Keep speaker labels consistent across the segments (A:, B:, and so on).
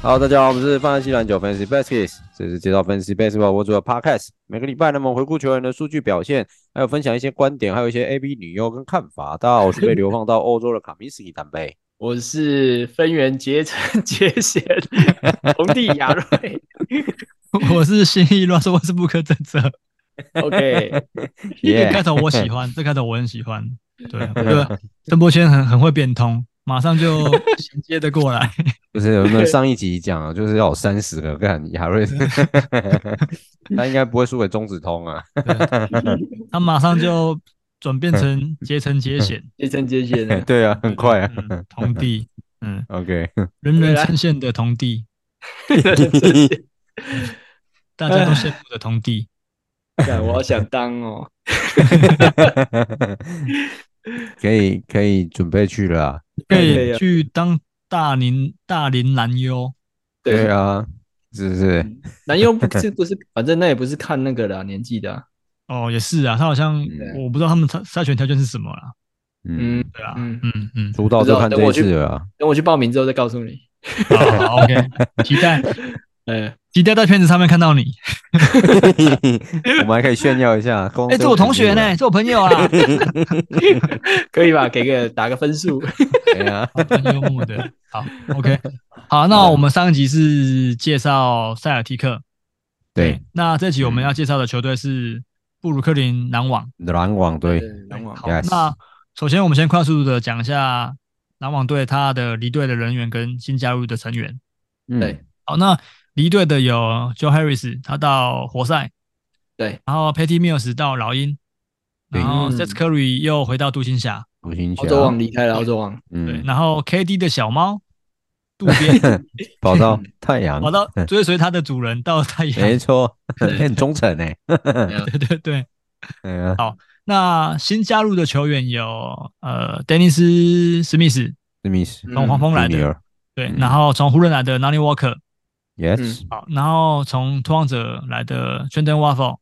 A: 好，大家好，我们是放在西篮球分析 Baskets，这是介绍分析 Baseball 我主的 Podcast。每个礼拜呢，我们回顾球员的数据表现，还有分享一些观点，还有一些 AB 女优跟看法。大家 好，我是被流放到欧洲的卡米斯基单杯。
B: 我是分园结成 结弦，红地亚瑞。
C: 我是新意乱说，我是不可正则。
B: OK，
C: 这个
A: Yeah
C: 开头我喜欢，这个开头我很喜欢。对啊，对啊，郑波谦很很会变通，马上就衔接的过来。
A: 不是我们上一集讲啊，就是要有三十个干亚瑞， 他应该不会输给中子通啊。
C: 他马上就转变成结成结险，
B: 结成结弦了。
A: 对啊，很快啊。
C: 嗯，同地，嗯，
A: OK，
C: 人人称羡的同地，大家都羡慕的同地。
B: 干我好想当哦。
A: 可以可以准备去了啊。
C: 可
B: 对
C: 以
B: 啊
C: 去当大龄大龄男优，
A: 对，啊，是不是？
B: 男优不是不是，反正那也不是看那个啦，年纪的啊。
C: 哦，也是啊，他好像
A: 嗯
C: 我不知道他们筛筛选条件是什么啦，
A: 嗯
B: 嗯，
C: 对啊，
B: 嗯，
C: 嗯嗯，
A: 出道就看这一次了啊。
B: 等我去报名之后再告诉你。
C: 好好，OK，期待
B: 呃，
C: 期待在片子上面看到你。
A: 我们还可以炫耀一下。公
C: 哎，
A: 司
C: 这我同 学呢，这我朋友啊，
B: 可以吧？给个打个分 数。
A: 对
C: 哎
A: 啊，
C: 蛮哦幽默的。好，OK，好，那我们上一集是介绍塞尔提克，
A: 对，，嗯
C: 那这集我们要介绍的球队是布鲁克林篮网。
A: 篮网队，
B: 篮网
C: 好，
A: Yes
C: 那首先我们先快速的讲一下篮网队他的离队的人员跟新加入的成员。
A: 嗯
B: 对
C: 好，那离队的有 Joe Harris，他到活塞，
B: 对，
C: 然后 Patty Mills 到老鹰，
A: 对
C: 然后
B: 嗯
C: Seth Curry 又回到独行侠，
A: 独行侠
B: 欧，洲王离开了，欧洲王
C: 啊对，
A: 啊嗯，
C: 然后 KD 的小猫渡边
A: 跑到太阳，
C: 跑到
A: 嗯哎
C: 追随他的主人到太阳，
A: 没错，很忠诚哎，
C: 对对对。
A: 对啊，
C: 那新加入的球员有呃，丹尼斯史密斯
A: 史密斯，
C: 从嗯黄蜂来的，
A: Junior
C: 对，
A: 嗯
C: 然后从湖人来的 Nani Walker，
A: ，Yes，
C: 好，然后从拓荒者来的 t r e n d o n Waffle，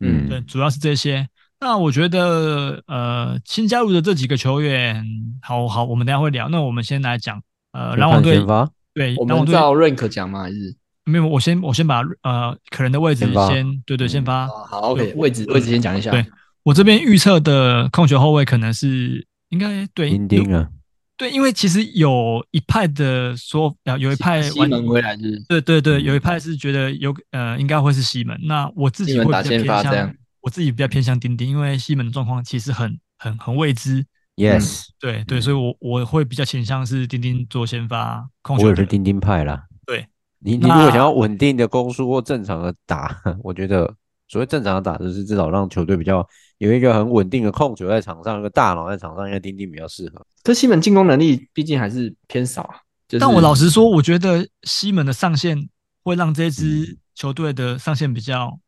A: 嗯，
C: 对，主要是这些。那我觉得，呃，新加入的这几个球员，好好，我们等一下会聊。那我们先来讲，呃，
A: 篮
C: 篮网队
A: 先，发，
C: 对，
B: 我
C: 篮网
B: 们
C: 队
B: 照 rank 讲吗？还是
C: 没有，我先我先把呃可能的位置
A: 先嗯发
C: 先，对对，先发。
B: 啊，好，OK，位置位置先讲一下。
C: 对我这边预测的控球后卫可能是应该对
A: 丁丁
C: 嗯
A: 啊，
C: 对，因为其实有一派的说，呃，有一派
B: 西
C: 完
B: 门回来是
C: 对对对，
A: 嗯
C: 有一派是觉得有呃，应该会是西门。那我自己
B: 西
C: 会
B: 门
C: 比较
B: 打
C: 偏
B: 先发这
C: 向
B: 样，
C: 我自己比较偏向丁丁，因为西门的状况其实很很很未知。
A: ，Yes，
C: 对对，
A: 嗯
C: 所以我我会比较倾向是丁丁做先发控
A: 我
C: 球
A: 也是
C: 的。
A: 丁丁派啦。
C: 对，
A: 你你
C: 那
A: 如果想要稳定的攻速或正常的打， 我觉得所谓正常的打，就是至少让球队比较有一个很稳定的控球在场上，一个大脑在场上，应该丁丁比较适合。
B: 可西门进攻能力毕竟还是偏少啊。就是
C: 但我老实说，我觉得西门的上限会让这支
B: 嗯
C: 球队的上限比较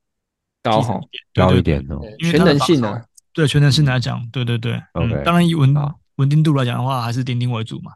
B: 高哈，
C: 对
A: 高
C: 对
A: 一点哦。
C: 因为
B: 全
C: 他的
B: 能
C: 防
B: 性
C: 守
B: 啊，
C: 对全能性来讲，对对对。嗯
A: OK，
C: 当然以稳
A: 好
C: 稳定度来讲的话，还是丁丁为主嘛。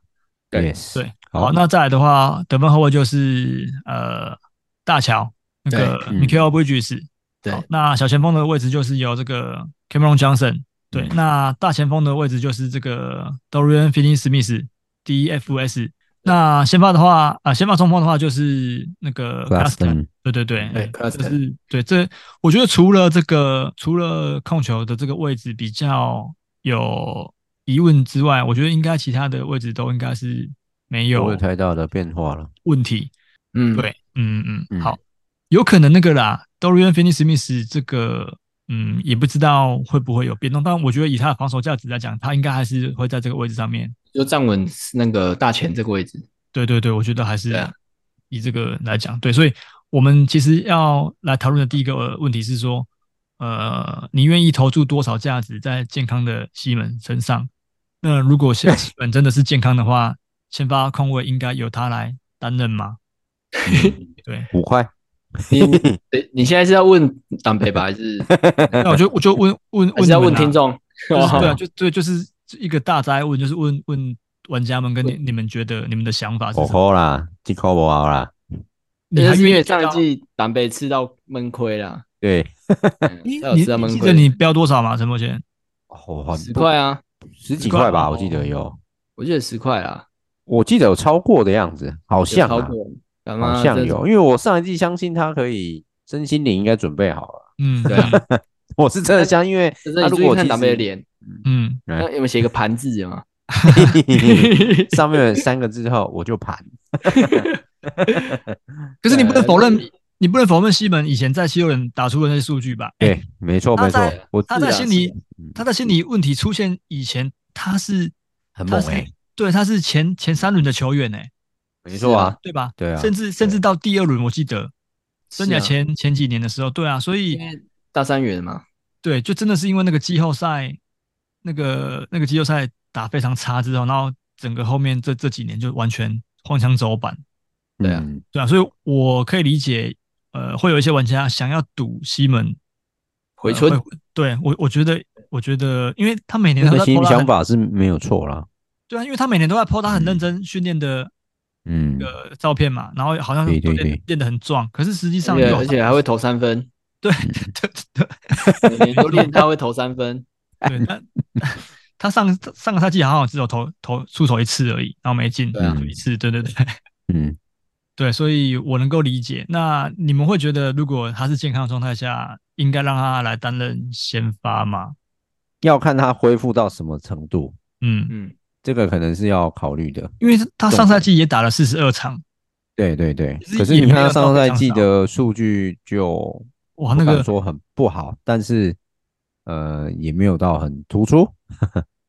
B: 对
A: Yes，
C: 对，
A: 好
C: 好，那再来的话，得分后卫就是呃大乔那个
A: 对嗯
C: Michael Bridges，
B: 对
C: 好那小前锋的位置就是由这个 Cameron Johnson，对，
A: 嗯
C: 那大前锋的位置就是这个 Dorian Finney Smith DFS。那先发的话，啊、先发中锋的话就是那个 c l a s t o n
A: Claxton
C: 对对对，
B: 对
C: 就
B: Claxton
C: 是对这，我觉得除了这个，除了控球的这个位置比较有疑问之外，我觉得应该其他的位置都应该是没
A: 不
C: 有
A: 会太大的变化了。
C: 问题。
B: 嗯，
C: 对，嗯嗯，
A: 嗯
C: 好，有可能那个啦，Dorian Finney-Smith 这个嗯，也不知道会不会有变动，但我觉得以他的防守价值来讲，他应该还是会在这个位置上面。
D: 就站稳那个大前这个位置。
C: 对对对，我觉得还
D: 对
C: 是
D: 啊
C: 以这个来讲，对，所以我们其实要来讨论的第一个呃问题是说，呃，你愿意投注多少价值在健康的西门身上？那如果现西门真的是健康的话，先发控卫应该由他来担任吗？对，
A: 五块，
D: 你你你现在是要问党培吧，还是
C: 那我就我就问问
B: 还
C: 问
B: 是要
C: 你们
B: 问
C: 啊
B: 听众？哦
C: 就是对啊，就对，就是一个大灾问，就是问问玩家们跟你你们觉得你们的想法是
A: 哦
C: 什么？
A: 吼啦，进口不好啦，
C: 你还
B: 就是因
C: 愿
B: 为
C: 意
B: 上一
C: 到
B: 季党培吃到闷亏啦，
A: 对，
B: 嗯
C: 你
B: 他有
C: 你
B: 吃到
C: 你
B: 闷
C: 记得
B: 亏，
C: 你标多少吗？陈柏贤？
A: 哦，很
B: 十
A: 不
B: 块啊，
A: 十几
C: 块
A: 块吧，
C: 哦
A: 我记得有，
B: 我记得十块啊，
A: 我记得有超过的样子，好
B: 有
A: 像
B: 超
A: 啊，
B: 过，干嘛
A: 好像
B: 这
A: 有，因为我上一季相信他可以，身心灵应该准备好了，
C: 嗯，
B: 对啊
A: 我是真的相信，因为
B: 这是
A: 他
B: 你
A: 如
B: 注意
A: 果
B: 看
A: 其
B: 党培的
A: 实
B: 脸，
C: 嗯，
A: 哎
B: 那有没有写一个盘字嘛？
C: 嗯
A: 上面有三个字后，我就盘。
C: 可是你不能
B: 对啊
C: 否认，你不能否认西门以前在七六人打出的那些数据吧？哎
A: 对，没错
C: 他
A: 没错
C: 在，
A: 我
C: 他
A: 自
C: 在
A: 然
B: 啊
C: 心理
A: 嗯
C: 他在心理问题出现以前，他是
A: 很
C: 他
A: 猛
C: 是啊
B: 欸
A: 哎，
C: 对，他是前前三轮的球员哎、
A: 没错啊，
C: 对吧？
A: 对啊
C: 甚至甚至到第二轮，我记得真的
B: 是啊
C: 前、前几年的时候，对啊，所以
B: 因为大三元嘛，
C: 对，就真的是因为那个季后赛，那个那个季后赛打非常差之后，然后整个后面这这几年就完全荒腔走板，
B: 对啊
A: 嗯
C: 对啊，所以我可以理解，呃，会有一些玩家想要赌西门
B: 回春
C: 呃会对我我觉得我觉得，因为他每年
A: 那
C: 都在
A: 个
C: 泼
A: 新
C: 他
A: 想
C: 很
A: 法是没有错啦，
C: 对啊，因为他每年都在泼他很认
A: 嗯
C: 真训练的
A: 嗯，
B: 啊
C: 呃照片嘛，然后好像
A: 对对
C: 都练
A: 对
C: 练得很壮，可是实际上
B: 而且
C: 又
B: 而且还会投三分，
C: 对 对对
B: 每年都练他会投三分，
C: 对，他他上上个赛季好像只有投投出手一次而已，然后没进，
B: 对啊
C: 就一次，对对对
A: 嗯，
C: 对，所以我能够理解。那你们会觉得，如果他是健康的状态下，应该让他来担任先发吗？
A: 要看他恢复到什么程度，
C: 嗯，
B: 嗯，
A: 这个可能是要考虑的。
C: 因为他上赛季也打了四十二场，
A: 对对对
C: 其，实
A: 可是
C: 也
A: 你
C: 没
A: 看他
C: 有到
A: 上
C: 非
A: 赛
C: 常
A: 季
C: 少啊
A: 的数据就
C: 哇，
A: 不
C: 那
A: 敢
C: 个
A: 说很不好，但是呃也没有到很突出。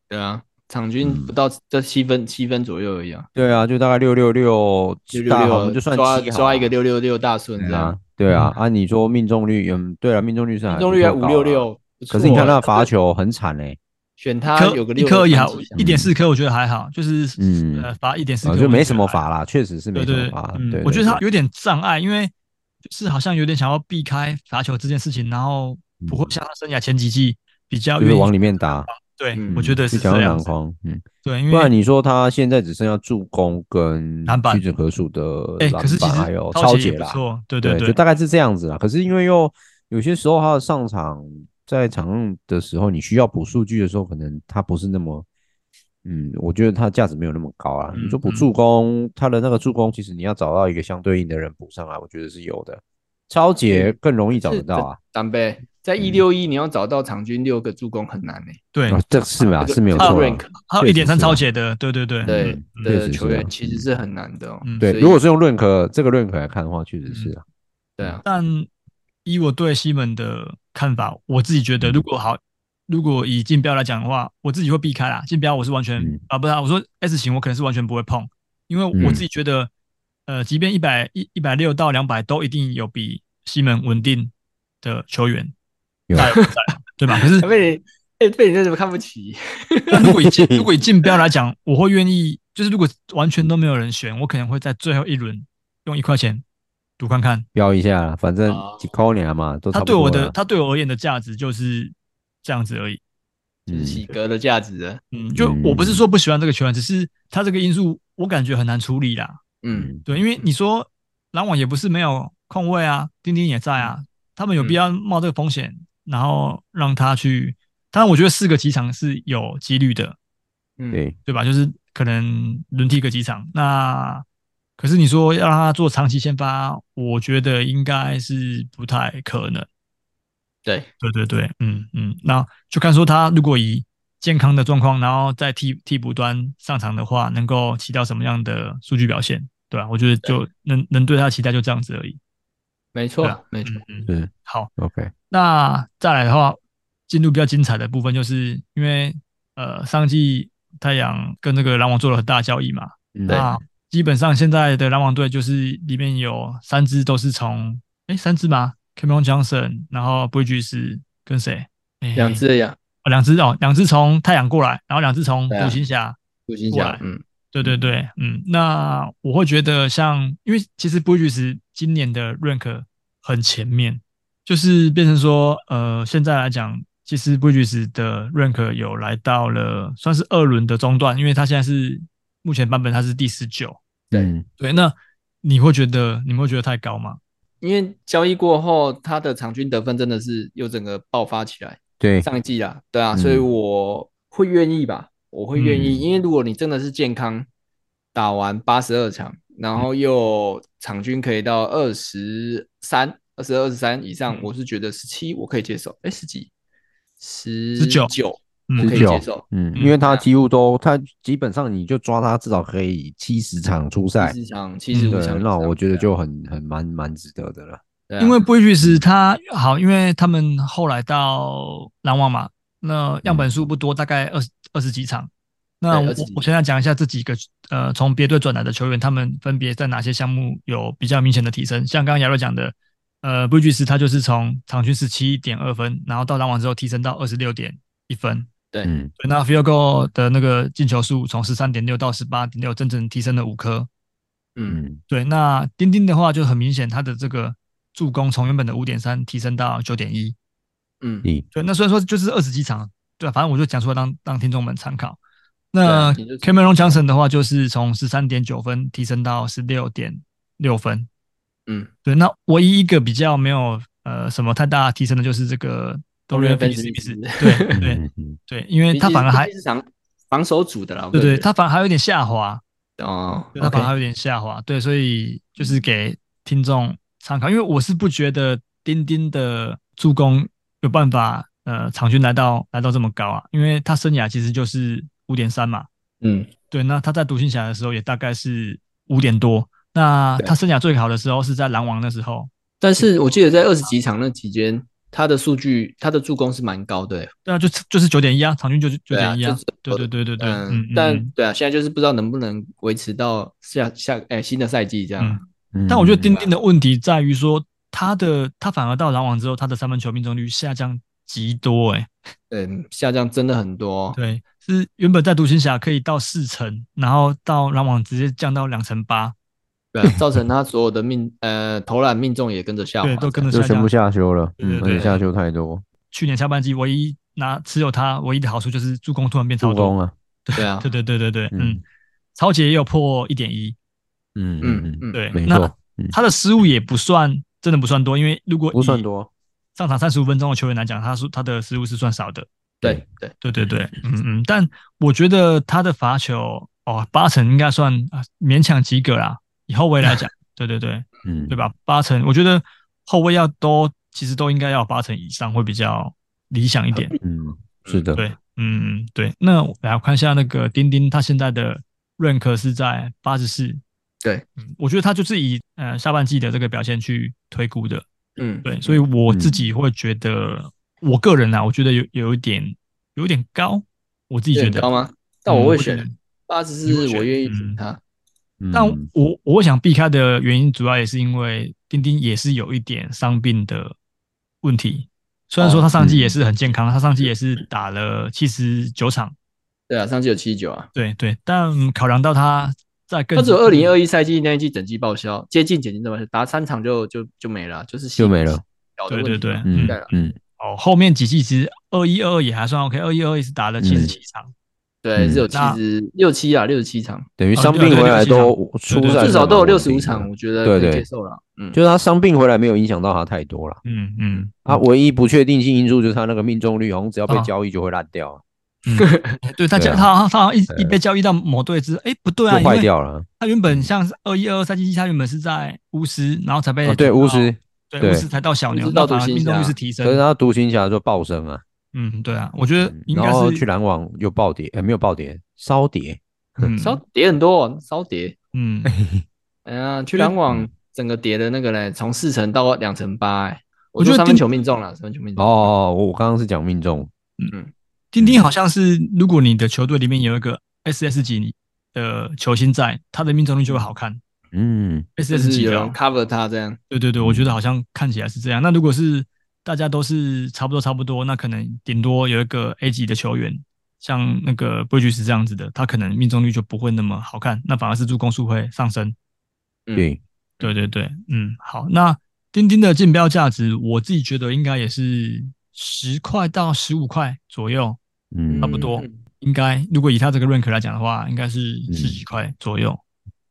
B: 对啊，场均不到这七分七分左右而已啊，
A: 对啊，就大概六六六
B: 六六
A: 大，
B: 六，
A: 我们就算
B: 抓
A: 七好
B: 抓
A: 了
B: 一个六六六大顺
A: 对
B: 这
A: 啊
B: 样，，
A: 对啊，
C: 嗯
A: 按你说命中率，嗯，对了，命中率是还
B: 命中率还
A: 不
B: 五
A: 错高
B: 六
A: 啊，
B: 六，不
A: 可是你
B: 错
A: 看他
B: 啊
A: 的罚球很惨嘞，
B: 选
C: 一
B: 他
C: 颗
B: 有个
C: 一
B: 六
C: 颗也好
B: 好，，
C: 一点四颗我觉得还好，就是
A: 嗯
C: 呃罚一点四
A: 啊
C: 颗
A: 就
C: 我
A: 没
C: 觉
A: 什
C: 得
A: 么
C: 还好
A: 罚啦，确实是没
C: 对
A: 什
C: 对
A: 么罚。
C: 嗯
A: 对，
C: 我觉得
A: 对
C: 他有点障碍，因为就是好像有点想要避开罚球这件事情，然后不会
A: 嗯
C: 像他生涯前几季比较
A: 就是
C: 愿意
A: 往
C: 去
A: 里面打，
C: 对
B: 嗯，
C: 我觉得
A: 就是想
C: 这
A: 要
C: 样
A: 篮
C: 子。
A: 筐，嗯，
C: 对，因
A: 不然
C: 为
A: 你说他现在只剩下助攻跟
C: 篮板
A: 屈指可数的
C: 哎，
A: 篮
C: 可是其
A: 板，
C: 实
A: 还有
C: 超
A: 超
C: 也
A: 解
C: 不
A: 啦，
C: 错，对
A: 对
C: 对
A: 就，大概是这样子啦。可是因为又有些时候他的上场在场上的时候，你需要补数据的时候，可能他不是那么，嗯，我觉得他价值没有那么高啊。
C: 嗯
A: 你说补助攻，他的那个助攻，其实你要找到一个相对应的人补上来，我觉得是有的。超杰更容易找得到啊，
B: 单杯在一六一，你要找到场均六个助攻很难诶，
C: 对，
A: 啊这是啊
B: 这个
A: 是没有
B: 这个
A: 错啊
B: rank。
C: 还有
A: 确
C: 一
A: 实
C: 点
A: 是
C: 三
A: 啊
C: 超解的，对对对
B: 对
A: 嗯确实
B: 的
A: 是
B: 球
A: 这
B: 员
A: 样
B: 其实是很难的哦，
C: 嗯
A: 对，
B: 所以
A: 如果是用认可这个认可来看的话，确实是啊。
B: 对啊，
C: 但以我对西门的看法，我自己觉
A: 嗯
C: 得，如果好，如果以竞标来讲的话，我自己会避开啦。竞标我是完全、
A: 嗯
C: 啊，不是、啊，我说 S 型我可能是完全不会碰，因为我
A: 嗯
C: 自己觉得，呃，即便一百一一百六到两百都一定有比西门稳定的球员
A: 有
C: 在在，对吧？可是
B: 被你哎被你这怎么看不起？
C: 但如果以竞如果以竞标来讲，我会愿意，就是如果完全都没有人选，我可能会在最后一轮用一块钱赌看看。
A: 标一下啦，反正
B: 哦
A: 几扣年嘛，都
C: 啊他
A: 差不
C: 对我
A: 多嗯
C: 的
A: 啦。
C: 他对我而言的价值就是这样子而已。
B: 就是
A: 嗯
B: 喜格的价值了，
C: 嗯，就我不是说不喜欢这个球员，只是他这个因素我感觉很难处理啦。
B: 嗯。
A: 嗯，
C: 对，因为你说篮网也不是没有空位啊，丁丁也在
A: 嗯
C: 啊，他们有必要冒这个风险，然后让他去。当然，我觉得四个几场是有几率的，
B: 嗯，
A: 对，
C: 对吧？就是可能轮替个几场。那可是你说要让他做长期先发，我觉得应该是不太可能。
B: 对，
C: 对对对，嗯嗯，那就看说他如果以健康的状况，然后在替替补端上场的话，能够起到什么样的数据表现，对吧、我觉得就能能对他的期待就这样子而已。
D: 没错
C: 对啊，
D: 没错，
C: 嗯嗯，
A: 是
C: 好。
A: OK，
C: 那再来的话，进入比较精彩的部分，就是因为呃上季太阳跟这个篮网做了很大的交易嘛，
A: 嗯
D: 对
C: 那基本上现在的篮网队就是里面有三支都是从哎三支吗？Cameron Johnson，然后 Bridges 跟谁？诶
D: 两只的
B: 啊
D: 羊，
C: 哦两支哦，两支从太阳过来，然后两支从
D: 对啊
C: 独行侠
D: 独行
C: 过来
D: 侠，嗯，
C: 对对对，嗯，那我会觉得像，因为其实 Bridges 今年的 rank 很前面，就是变成说，呃，现在来讲，其实 Bridges 的 rank 有来到了算是二轮的中段，因为他现在是目前版本他是第十九，
A: 对，
C: 对，那你会觉得你们会觉得太高吗？
D: 因为交易过后，他的场均得分真的是又整个爆发起来，
A: 对，
D: 上一季啦，对啊，
A: 嗯
D: 所以我会愿意吧，我会愿
C: 嗯
D: 意，因为如果你真的是健康，打完八十二场，然
C: 嗯
D: 后又场均可以到二十三、二十二、十三以上
C: 嗯，
D: 我是觉得十七我可以接受，哎，十几，十
C: 19
D: 九，
C: 嗯
D: 我可以接受，
A: 嗯，
C: 嗯
A: 因为他几乎都，他基本上你就抓他至少可以七十场出赛，
D: 七十场、七十五
A: 对，
D: 场，
A: 那我
C: 啊
A: 觉得就很很蛮蛮值得的了。
D: 对啊
C: 因为 Bridges 他好，因为他们后来到篮网嘛，那样本数不多，大概二十二十几场。那
D: 对
C: 我
D: 20几
C: 我现在讲一下这几个呃从别队转来的球员，他们分别在哪些项目有比较明显的提升？像刚刚亚瑞讲的，呃，Bridges 他就是从场均十七点二分，然后到篮网之后提升到二十六点一分。
D: 对
A: 嗯，
C: 对，那 Field Goal 的那个进球数从十三点六到十八点六，整整提升了五颗。
D: 嗯，
A: 嗯，
C: 对，那丁丁的话就很明显，他的这个助攻从原本的五点三提升到九点一。
D: 嗯，
A: 你
C: 对，那虽然说就是二十几场，对啊、反正我就讲出来当当听众们参考。
D: 对
C: 那
D: 啊你就
C: Cameron Johnson 的话，就是从十三点九分提升到十六点六分。
D: 嗯，
C: 对，那唯一一个比较没有呃什么太大的提升的，就是这个
D: Dorian
C: Dorian
D: Finney-Smith
C: Finney-Smith 对对
A: 嗯嗯
C: 对，因 为他反而还
D: 是防防守组的啦，我
C: 对
D: 个
C: 对，
D: 人
C: 他反而还有点下滑。
D: 哦
C: 对，他
D: ，OK，
C: 反而有点下滑。对，所以就是给听众参考，因为我是不觉得丁丁的助攻有办法呃场均来到来到这么高啊，因为他生涯其实就是五点三嘛。
D: 嗯，
C: 对，那他在独行侠的时候也大概是五点多。那他生涯最好的时候是在篮网那时候，
D: 但是我记得在二十几场那期间，他的数据，他的助攻是蛮高的欸，
C: 对啊，就就是九点一啊，场均就是九
D: 对啊
C: 点一啊
D: 就是。
C: 对对对对对，嗯
D: 嗯
C: 嗯，
D: 但
C: 嗯
D: 对啊，现在就是不知道能不能维持到下下哎新的赛季这样
C: 嗯，
A: 嗯
C: 但我觉得丁丁的问题在于说，他的他反而到篮网之后，他的三分球命中率下降极多、欸，
D: 嗯，下降真的很多，
C: 对，是原本在独行侠可以到四成，然后到篮网直接降到两成八，
D: 对啊，造成他所有的命呃投篮命中也跟着下滑，
C: 对，都跟着
A: 就
C: 下
A: 全
C: 降
A: 部。下修了，
C: 对对
A: 嗯，而
C: 对
A: 且下修太多，
C: 去年下半季唯一拿持有他唯一的好处就是助攻突然变超
A: 助攻
C: 多，
A: 啊，
D: 对啊
C: 对，对对对对，嗯
A: 嗯，
C: 超杰也有破一点一，
A: 嗯
D: 嗯
A: 嗯嗯，
D: 嗯，
C: 对，
A: 没
C: 那
A: 错，嗯，
C: 他的失误也不算真的不算多，因为如果
A: 不算
C: 以
A: 多，
C: 上场三十五分钟的球员来讲，他说他的失误是算少的，
D: 对对，
C: 对对对，嗯嗯，但我觉得他的罚球哦八成应该算啊勉强及格啦，以后卫 来讲，对对对。
A: 嗯，
C: 对？吧？八成，我觉得后卫要都其实都应该要有八成以上会比较理想一点。
A: 嗯，是的，
C: 对，嗯，对。那我来看一下那个丁丁，他现在的 rank 是在八十四。
D: 对
C: 嗯，我觉得他就是以呃下半季的这个表现去推估的。
D: 嗯，
C: 对，所以我自己会觉得，我个人啊，我觉得有有一点有一点高，我自己觉
D: 你
C: 得
D: 知道？吗？但
C: 嗯
D: 我会
C: 觉得
D: 选八十
C: 你会
D: 四，
C: 选
D: 我愿意
C: 嗯
D: 选他，
A: 嗯，
C: 但我我想避开的原因，主要也是因为丁丁也是有一点伤病的问题。虽
A: 哦
C: 然说他
A: 嗯
C: 上季也是很健康，他上季也是打了七十九场，
D: 对啊，上季有七九啊，
C: 对对，但考量到他在更
D: 他只有二零二一赛季那一季整季报销，接近减轻这么打三场就就就没了，就是
A: 就没了。
D: 小的
C: 对
D: 问
C: 对
D: 题
C: 对，
D: 嘛
C: 嗯
A: 嗯
D: 对了
A: 嗯，
C: 哦，后面几季其实二一二二也还算 OK，二一二一是打了七十七场，
D: 对，
A: 嗯
D: 是有七十六七啊，六十七场，
A: 等于
C: 啊
A: 伤
C: 对
A: 病
C: 对
A: 回
C: 对
A: 来
C: 七场
A: 都
C: 对
A: 出
C: 对
A: 赛
D: 至少都有
A: 蛮
D: 六十
A: 稳
D: 五
A: 定
D: 场，
A: 的，
D: 我觉得
A: 对
D: 可以
A: 对
D: 接受了。嗯，
A: 就是他伤病回来没有影响到他太多了。
C: 嗯嗯
A: 他唯一不确定性因素就是他那个命中率，好像只要被
C: 啊
A: 交易就会烂掉啊，
C: 嗯，对他
A: 对
C: 交
A: 啊
C: 他好像他好像一
A: 对
C: 一被交易到某队之，哎不对啊，
A: 就
C: 因
A: 坏
C: 为
A: 掉了啊。
C: 他原本像二一二二赛季，他原本是在巫师，然后才被
A: 啊对，
C: 转
A: 巫
C: 到
A: 师，
C: 对
A: 对
C: 巫师才到小牛，
D: 巫师
C: 那
D: 到
C: 反而
D: 独行
C: 命中率
D: 侠
C: 是提升
A: 可是，他独行侠就暴升啊，
C: 嗯，对啊，我觉得
A: 嗯
C: 应该
A: 然后
C: 是
A: 去篮网又暴跌，哎，没有暴跌，烧跌，
C: 嗯
D: 烧碟很多，哦，烧碟。
C: 嗯，
D: 哎呀，去
C: 因为
D: 篮网
A: 嗯
D: 整个跌的那个嘞，从四成到两成八，哎，
C: 我
D: 我
C: 觉
D: 觉
C: 得
D: 得三分
C: 丁
D: 球命中了，三分球命中。
A: 哦，我刚刚是讲命中，
C: 丁丁好像是，如果你的球队里面有一个 SS 级的球星在，他的命中率就会好看。
A: 嗯，
D: 就
C: SS
D: 是
C: 级
D: 有
C: 的
D: 人
C: 哦，
D: cover 他这样，
C: 对对对，我觉得好像看起来是这样。那如果是大家都是差不多差不多，那可能顶多有一个 A 级的球员，像那个 Bridges 这样子的，他可能命中率就不会那么好看，那反而是助攻数会上升。
D: 嗯
A: 对，
C: 对对对，嗯，好，那钉钉的竞标价值，我自己觉得应该也是十块到十五块左右，
A: 嗯，
C: 差不多
D: 嗯。
C: 应该如果以他这个 rank 来讲的话，应该是
A: 嗯
C: 十几块左右。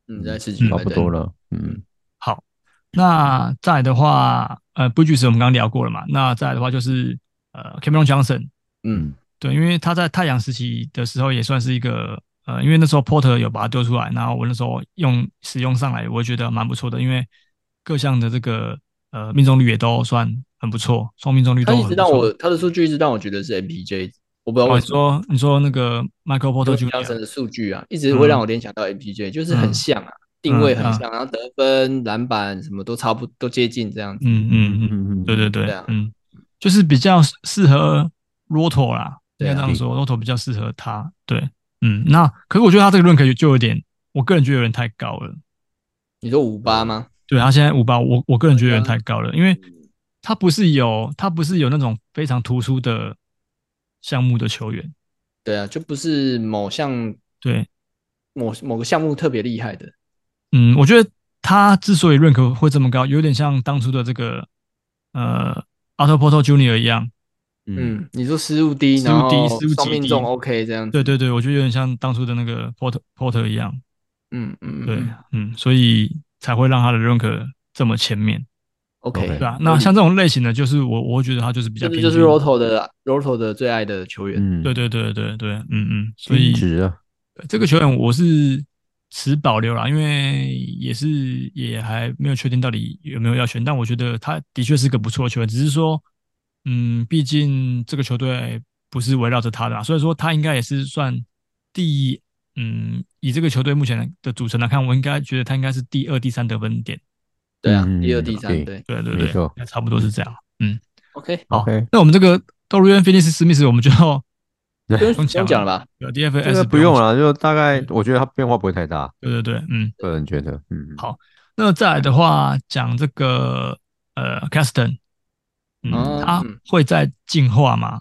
D: 嗯，在十
C: 嗯
D: 几
A: 差
D: 块，
A: 不
D: 对
A: 多。了，嗯，
C: 好，那再来的话，呃 b r i d g e s 我们刚刚聊过了嘛，那再来的话就是呃 Cameron Johnson，
D: 嗯，
C: 对，因为他在太阳时期的时候也算是一个呃，因为那时候 Porter 有把它丢出来，然后我那时候用使用上来，我觉得蛮不错的，因为各项的这个呃命中率也都算很不错，双命中率都
D: 他
C: 很
D: 一
C: 不
D: 直
C: 错。
D: 让我他的数据一直让我觉得是 MPJ，我不知
C: 哦
D: 道为
C: 你
D: 什么。
C: 说你说那个 Michael Porter
D: 江
C: Jr.
D: 森的数据啊，一直会让我联想到 MPJ，就是很像啊，定位很像，然后得分、篮板什么都差不都接近这样子。
C: 嗯嗯嗯，
A: 嗯嗯
C: 对对对
D: 对啊，
C: 嗯，就是比较适合 Roto 啦，应
D: 对啊
C: 该这样说，Roto 比较适合他。对，嗯，那可是我觉得他这个 rank 就有点，我个人觉得有点太高了。
D: 你说五八吗？
C: 对啊他现在五八，我我个人觉得有点
D: 对啊
C: 太高了，因为他不是有他不是有那种非常突出的项目的球员。
D: 对啊，就不是某项
C: 对，
D: 某某个项目特别厉害的。
C: 嗯，我觉得他之所以 rank 会这么高，有点像当初的这个呃 Otto Porter Junior 一样。
A: 嗯
D: 嗯，你说失误低，
C: 失误低
D: 然后
C: 失误极低
D: 双命中 OK 这样子。
C: 对对对，我觉得有点像当初的那个 Porter Porter 一样。
D: 嗯嗯，
C: 对，嗯，所以才会让他的 rank 这么前面，
D: ，OK，
C: 对吧、那像这种类型的，就是我我会觉得他就是比较
D: 这
C: 平均，
D: 个嗯就是 Roto 的 Roto 的最爱的球员。
A: 嗯，
C: 对对对对对，嗯嗯，所以
A: 均值啊，
C: 这个球员我是持保留啦，因为也是也还没有确定到底有没有要选，但我觉得他的确是个不错的球员，只是说，嗯，毕竟这个球队不是围绕着他的啦，所以说他应该也是算第，嗯，以这个球队目前的组成来看，我应该觉得他应该是第二、第三得分点，
D: 对啊
A: 嗯，
D: 第二、第三，
A: 对
D: 对
C: 对对
A: 没
C: 对，
A: 错
C: 应该差不多是这样。
D: ，OK，
C: 好
A: OK
C: 那我们这个 Dorian Finis Smith 我们就要
D: 不用
C: 不用
D: 不
C: 讲
D: 用讲了吧？
C: 有
A: 这个
C: DFS
A: 不
C: 用
A: 用，了，就大概我觉得它变化不会太大，
C: 对对对，嗯。
A: 个人觉得，嗯，
C: 好那再来的话，讲这个呃 Caston，嗯，
D: 哦
C: 他
D: 嗯
C: 会在进化吗？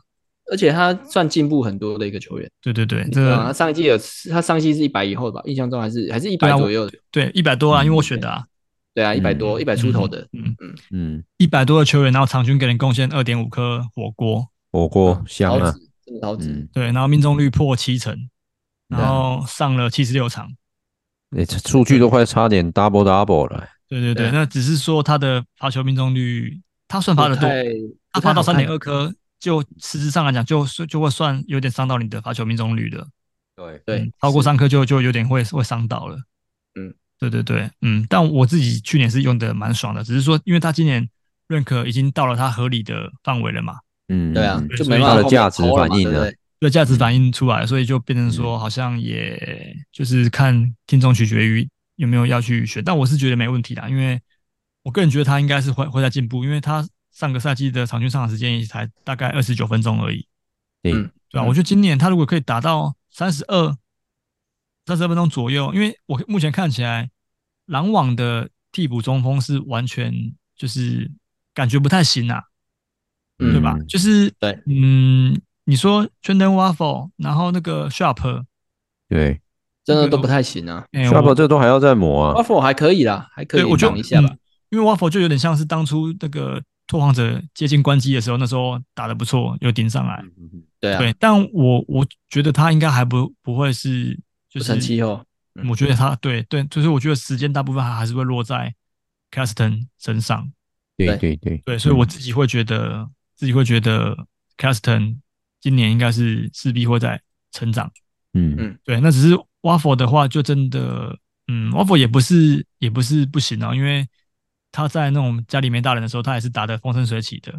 D: 而且他算进步很多的一个球员。
C: 对对对，这
D: 对啊，他
C: 个
D: 上一季有他上一季是一百以后吧，印象中还是还是一
C: 对
D: 百
C: 啊
D: 左右的，
C: 对一百多啊，因为我选的啊，
D: 对啊，
A: 嗯
D: 一百多一百出头的，
C: 嗯，
A: 嗯，
C: 一百多的球员，然后场均给人贡献二点五颗火锅，
A: 火锅香
D: 超
A: 啊，
D: 值，真的超值，
A: 嗯，
C: 对，然后命中率破七成，
A: 对啊
C: 然后上了七十六场，
A: 诶，这数据都快差点 double double 了，
C: 对对对，
D: 对啊
C: 那只是说他的罚球命中率，他算罚的多，
D: 太
C: 他罚到三点，
D: 不太好
C: 二颗，就实质上来讲，就就会算有点伤到你的罚球命中率的。
A: 对，
D: 看对
C: 嗯，超过
D: 是
C: 三颗就就有点会会伤到了。
D: 嗯，
C: 对对对，嗯，但我自己去年是用的蛮爽的，只是说因为他今年认可已经到了他合理的范围了嘛，
A: 嗯，
D: 对啊
A: 嗯，
C: 所
D: 就
C: 以
D: 没
C: 它
D: 办
C: 的
D: 法后面
A: 价值
D: 投了
A: 反
D: 嘛
A: 应啊
D: 对不对
C: 对价值反映出来了，所以就变成说好像也就是看听众取决于有没有要去学，但我是觉得没问题啦，因为我个人觉得他应该是会会在进步，因为他上个赛季的场均上场时间也才大概二十九分钟而已，
A: 对
D: 嗯
C: 对啊，
D: 嗯
C: 我觉得今年他如果可以达到三十二、三十二分钟左右，因为我目前看起来，篮网的替补中锋是完全就是感觉不太行啊，
D: 嗯
C: 对吧？就是
D: 对，
C: 嗯，你说 t r e n d o n Waffle，然后那个 Sharp，
A: 对
D: 真的都不太行啊。
C: 哎、
A: s h a r
C: 我
A: p 这都还要再磨啊，
D: Waffle 还可以啦，还可以
C: 对我觉
D: 挡
C: 得
D: 一下吧
C: 嗯。因为 Waffle 就有点像是当初那个拓荒者接近关机的时候，那时候打的不错，有顶上来。
D: 对啊，
C: 对，但我我觉得他应该还不不会是就
D: 不
C: 是
D: 成气候。嗯
C: 我觉得他对对，就是我觉得时间大部分还还是会落在 Caston 身上，
A: 对
D: 对
A: 对对
C: 对，所以
D: 嗯
C: 我自己会觉得、自己会觉得 Caston 今年应该是势必会在成长，
A: 嗯嗯
D: 嗯
C: 对，那只是 Waffle 的话就真的，嗯，Waffle 也不是也不是不行啊，因为他在那种家里没大人的时候，他也是打得风生水起的，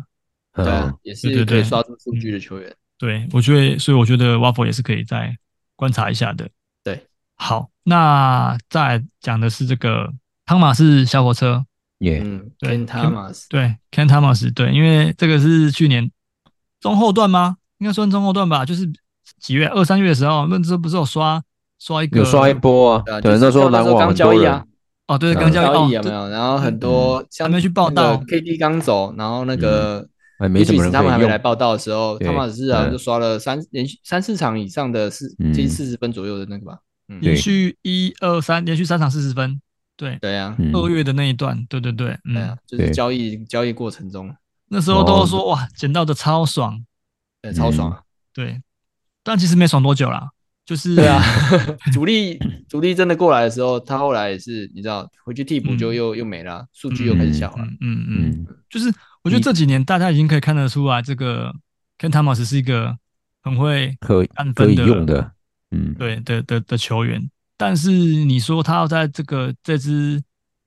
D: 对
A: 嗯
D: 啊，也
C: 对对
D: 是可
C: 对
D: 以刷出数据的球员。
C: 对，我觉得，所以我觉得 Waffle 也是可以再观察一下的。
D: 对，
C: 好，那再来讲的是这个汤马士小火车，
A: 耶，
D: 嗯
C: 对
D: ，Ken Thomas，
C: 对，Ken Thomas，对，因为这个是去年中后段吗？应该算中后段吧，就是几月二三月的时候，那时候不是有刷刷一个
A: 有刷一波啊
D: 对啊，
A: 对，
D: 就是
A: 那时候
D: 那
A: 篮
D: 时候
A: 网
D: 刚
A: 很
D: 交
A: 多
D: 易啊
A: 人，，
C: 哦，对，
A: 嗯
C: 刚交易
D: 交
C: 哦
D: 易有没
C: 对
D: 有？然后很多像
C: 还没去报道
D: KD 刚走，然后那个
A: 哎，没什么
D: Bridges
A: 人
D: 他们
A: 可
D: 还
A: 以
D: 没
A: 用
D: 来。报道的时候，
A: 对
D: 汤马斯啊
A: 嗯
D: 就刷了三连续三四场以上的四
A: 嗯
D: 接近四十分左右的那个吧，嗯，
A: 对
C: 连续一二三，连续三场四十分，对，
D: 对啊，
A: 嗯
C: 二月的那一段，对对对，
D: 对
C: 嗯
D: 啊，，就是
A: 对
D: 交易交易过程中，
C: 那时候都
A: 哦
C: 说哇，捡到的超爽，
D: 对，
A: 嗯
D: 超爽啊，
C: 对，但其实没爽多久啦，就是
D: 对啊，主力主力真的过来的时候，他后来也是你知道回去替补就
C: 嗯
D: 又又没了，数据又开始下 滑，
C: 嗯嗯嗯，
A: 嗯，
C: 就是我觉得这几年大家已经可以看得出来，这个 Ken Thomas 是一个很会
A: 可以
C: 按
A: 可
C: 分
A: 以
C: 的
A: 用的，嗯，
C: 对的的的球员，但是你说他要在这个这支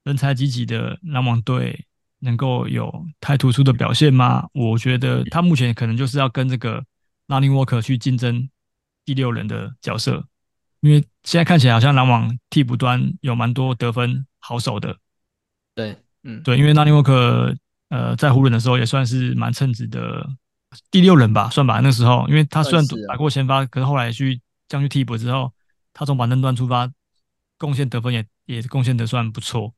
C: 人才济济的篮网队能够有太突出的表现吗？我觉得他目前可能就是要跟这个拉尼沃克去竞争第六人的角色，因为现在看起来好像篮网替补端有蛮多得分好手的，
D: 对，嗯，
C: 对，因为 n a n i w o k 呃在湖人的时候也算是蛮称职的第六人吧，算吧。那时候，因为他虽然
D: 算是啊
C: 打过先发，可是后来去降去替补之后，他从板凳端出发，贡献得分也也贡献得算不错。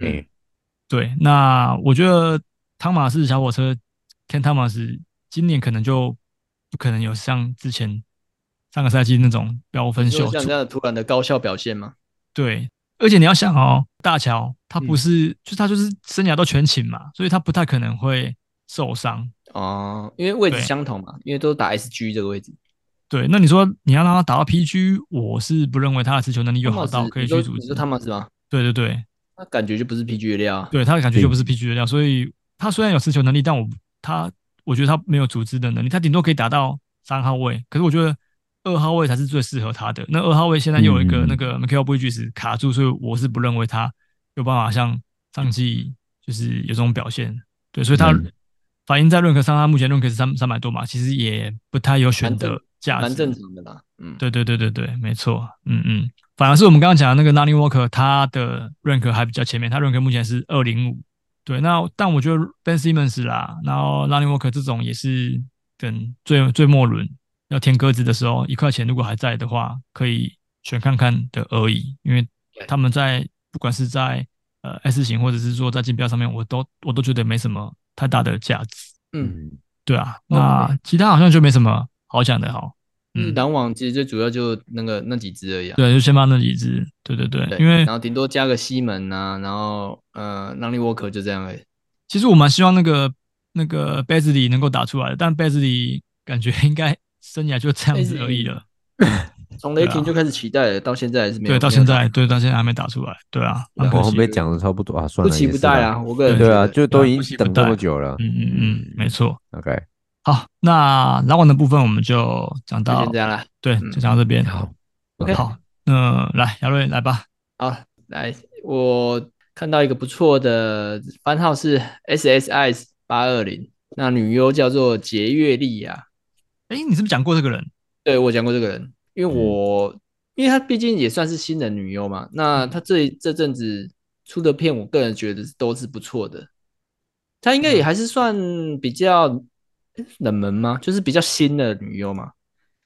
A: 哎，
C: 对，那我觉得汤马斯小火车 Ken Thomas 今年可能就不可能有像之前上个赛季那种飙分
D: 你说
C: 秀
D: 像
C: 出
D: 这样的突然的高效表现嘛，
C: 对，而且你要想哦，大乔他不
D: 嗯
C: 是，就是他就是生涯都全勤嘛，所以他不太可能会受伤。
D: 哦，因为位置
C: 对
D: 相同嘛，因为都打 SG 这个位置，
C: 对，那你说你要让他打到 PG，我是不认为他的持球能力有好
D: 汤
C: 到
D: 马斯
C: 可以
D: 你说
C: 去组
D: 你
C: 织
D: 说。汤马斯吗？
C: 对对对，
D: 那感觉就不是 PG 的料啊，
C: 对他的感觉就不是 PG 的料，所以他虽然有持球能力，但我他我觉得他没有组织的能力，他顶多可以打到三号位，可是我觉得二号位才是最适合他的。那二号位现在又有一个
A: 嗯
C: 那个 Michael Bridges 卡住，所以我是不认为他有办法像上季就是有这种表现。对，所以他
A: 嗯
C: 反映在论克上，他目前论克是三三百多嘛，其实也不太有选择价值，
D: 蛮正常的啦，嗯，
C: 对对对对对，没错，嗯嗯，反而是我们刚刚讲的那个 Nani Walker，他的 rank 还比较前面，他 rank 目前是二零五。对，那但我觉得 Ben Simmons 啦，然后 Nani Walker 这种也是等最最末轮要填鸽子的时候，一块钱如果还在的话，可以选看看的而已，因为他们在不管是在呃 S 型或者是说在竞标上面，我都我都觉得没什么太大的价值。
D: 嗯，
A: 嗯，
C: 对啊，那其他好像就没什么好讲的哈。嗯
D: 嗯，篮网其实最主要就那个那几支而已啊，
C: 对，就先放那几支。对对对，
D: 对，
C: 因为
D: 然后顶多加个西门啊，然后呃，让利沃克就这样而已。
C: 其实我蛮希望那个那个贝兹里能够打出来的，但贝兹里感觉 应该生涯就这样子而已了。
D: 从
C: 对
D: 雷
C: 啊
D: 霆就开始期待了，到现在还是没有。
C: 对，到
D: 没有
C: 现在，对，到现在还没打出来。对啊，蛮可
A: 我
C: 惜
A: 后
C: 的。
A: 面讲的差不多啊，算
D: 不
A: 了，
D: 期
A: 也
D: 不
A: 是啦
D: 待啊，我个人
A: 对
D: 觉
A: 啊，
D: 得
A: 就都已
C: 不期
A: 经
C: 不
A: 等这
C: 待
A: 么久了，
C: 嗯嗯嗯，没错。
A: ，OK，
C: 好，那篮网的部分我们就讲
D: 就
C: 到
D: 先这，样啦。
C: 对，
D: 嗯
C: 就讲到这边。
A: 好，
C: 好，那来，亚瑞来吧。
D: 好，来，我看到一个不错的番号是 SSIS 八二零，那女优叫做杰月丽亚。
C: 哎，你是不是讲过这个人？
D: 对我讲过这个人，因为我、
C: 嗯
D: 因为她毕竟也算是新人女优嘛，那她这这阵子出的片，我个人觉得是都是不错的。她应该
C: 嗯
D: 也还是算比较诶冷门吗？就是比较新的女优嘛，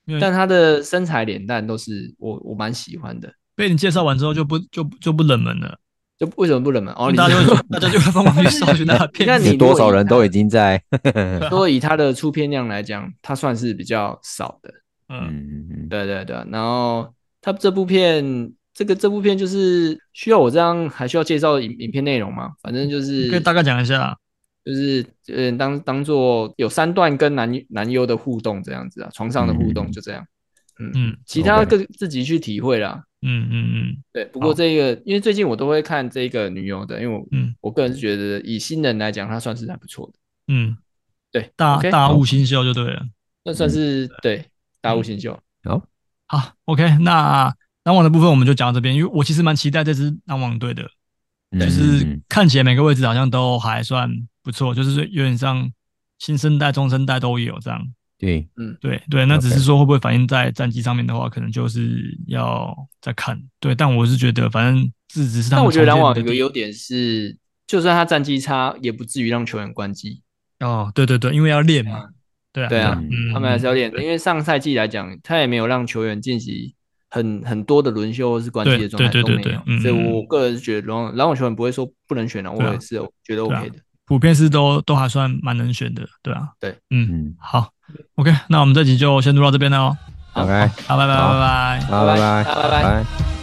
C: 因为
D: 但她的身材脸蛋都是我我蛮喜欢的。
C: 被你介绍完之后就不就不就不冷门了，
D: 就为什么不冷门？哦，你
C: 大家
D: 是
C: 就大家就会疯狂去 搜寻他的片
D: 那
C: 子。
D: 你
A: 有多少人都已经在， 嗯
D: 说以她的出片量来讲，她算是比较少的。
C: 嗯，
A: 嗯嗯，
D: 对对对，然后他这部片，这个这部片就是需要我这样还需要介绍影影片内容吗？反正就是
C: 可以大概讲一下。
D: 就是嗯当当做有三段跟男男优的互动这样子啊，床上的互动就这样，嗯，
C: 嗯
D: 其他
A: OK
D: 各自己去体会啦。
C: 嗯嗯嗯，
D: 对，不过这个因为最近我都会看这个女优的，因为我
C: 嗯
D: 我个人是觉得以新人来讲，她算是还不错的，
C: 嗯，
D: 对，
C: 大
D: OK
C: 大物新秀就对了。
D: 那算是对大物新秀，
A: 好，
C: 好，OK，那篮网的部分我们就讲到这边，因为我其实蛮期待这支篮网队的，就
A: 嗯
C: 是
A: 嗯
C: 看起来每个位置好像都还算不错，就是有点像新生代、中生代都有这样。
A: 对，
C: 对对，那
A: OK
C: 只是说会不会反映在战绩上面的话，可能就是要再看。对，但我是觉得反正这只是他
D: 但
C: 们
D: 我觉得
C: 重
D: 篮
C: 建
D: 网
C: 的
D: 有个
C: 地
D: 优点是，就算他战绩差，也不至于让球员关机。
C: 哦，对对对，因为要练嘛，对啊，
D: 对啊
C: 嗯，
D: 他们还是要练，因为上赛季来讲，他也没有让球员进行很很多的轮休或是关机的状态
C: 对
D: 都没
C: 对对对对
D: 有，
C: 嗯
D: 所以我个人是觉得龙篮网球员不会说不能选啊，我
C: 对啊
D: 也是觉得
C: 对啊
D: OK 的。
C: 普遍是都都还算蛮能选的，对啊，
D: 对，
C: 嗯，
A: 嗯，
C: 好，OK，那我们这集就先录到这边了哦，
D: 好
A: OK，
C: 好，拜拜
A: 好
C: 拜拜。
A: 好，拜拜，
D: 拜拜拜拜
A: 拜。